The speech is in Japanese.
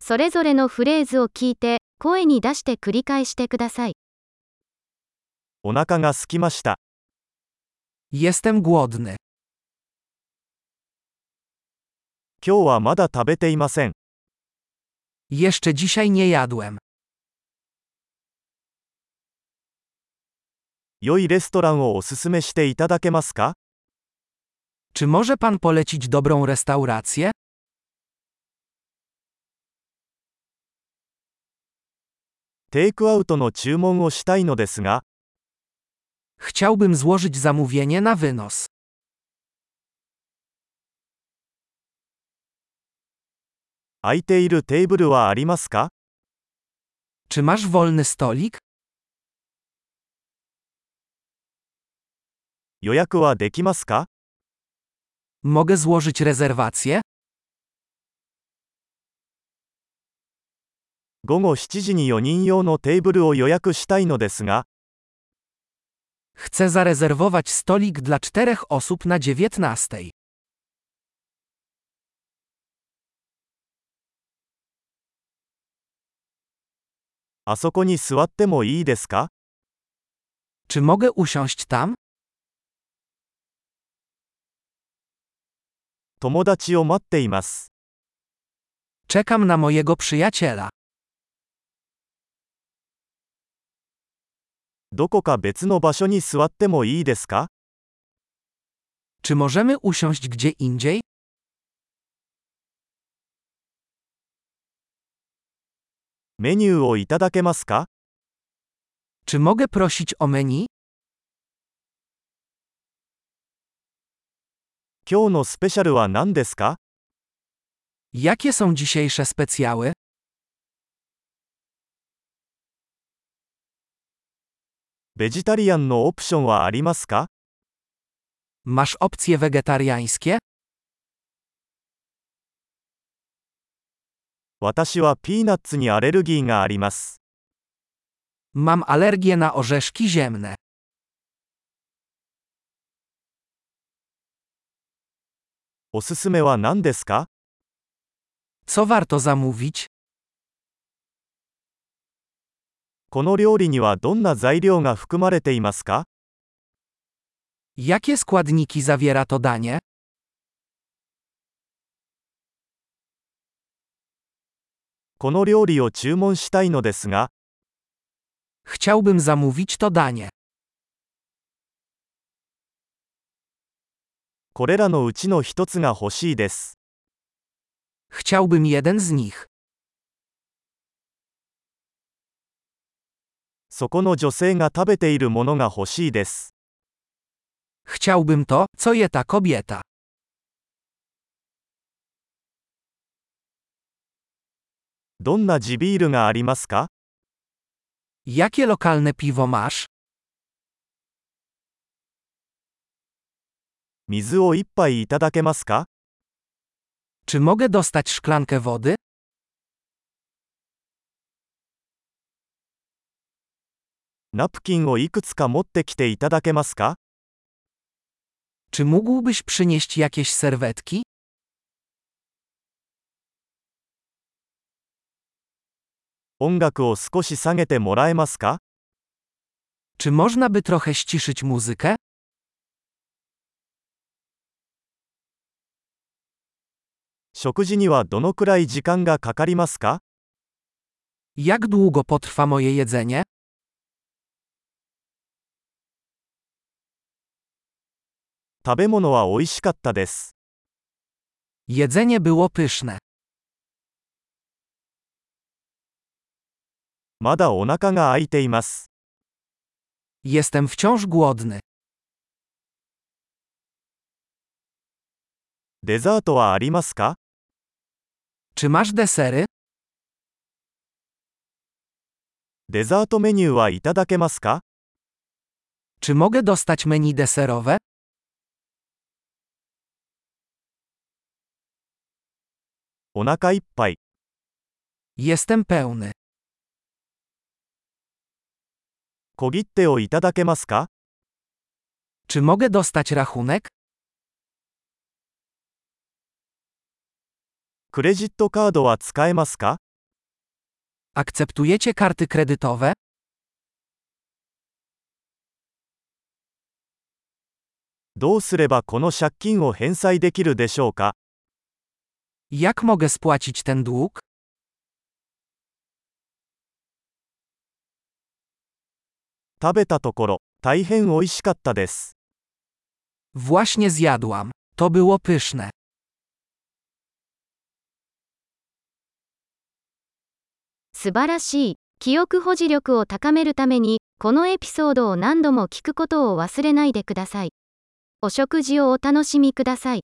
それぞれのフレーズを聞いて、声に出して繰り返してください。お腹が空きました。 Jestem głodny. 今日はまだ食べていません。 Jeszcze dzisiaj nie jadłem. 良いレストランをおすすめしていただけますか Czy może pan polecić dobrą restaurację? テイクアウトの注文をしたいのですが、 Chciałbym złożyć zamówienie na wynos. 空いているテーブルはありますか Czy masz wolny stolik? 予約はできますか Mogę złożyć rezerwację? 午後7時に4人用のテーブルを予約したいのですが、 Chcę zarezerwować stolik dla czterech osób na 19. あそこに座ってもいいですか Czy mogę usiąść tam? 友達を待っています。 Czekam na mojego przyjaciela. どこか別の場所に座ってもいいですか Czy możemy usiąść gdzie indziej? メニューをいただけますか Czy mogę prosić o menu? 今日のスペシャルは何ですか Jakie są dzisiejsze specjały? ベジタリアンのオプションはありますか Masz opcje wegetariańskie? 私はピーナッツにアレルギーがあります。 Mam alergię na orzeszki ziemne. おすすめは何ですか Co warto zamówić? この料理にはどんな材料が含まれていますか Jakie składniki zawiera to danie? この料理を注文したいのですが、 Chciałbym zamówić to danie. これらのうちの一つが欲しいです。 Chciałbym jeden z nich. そこの女性が食べているものが欲しいです。 Chciałbym to, co je ta kobieta. どんな地ビールがありますか Jakie lokalne piwo masz? 水を一杯いただけますか Czy mogę dostać szklankę wody? ナプキンをいくつか持ってきていただけますか Czy mógłbyś przynieść jakieś serwetki? 音楽を少し下げてもらえますか Czy można by trochę ściszyć muzykę? 食事にはどのくらい時間がかかりますか Jak długo potrwa moje jedzenie? 食べ物は美味しかったです。 Jedzenie było pyszne. まだお腹が空いています。 Jestem wciąż głodny. デザートはありますか Czy masz desery? デザートメニューはいただけますか Czy mogę dostać menu deserowe? お腹いっぱい。 Jestem pełny. 小切手をいただけますか Czy mogę dostać rachunek? クレジットカードは使えますか Akceptujecie karty kredytowe? 「どうすればこの借金を返済できるでしょうか Jak mogę spłacić ten dług? 食べたところ大変美味しかったです Właśnie zjadłam. To było pyszne. 素晴らしい。記憶保持力を高めるために、このエピソードを何度も聞くことを忘れないでください。お食事をお楽しみください。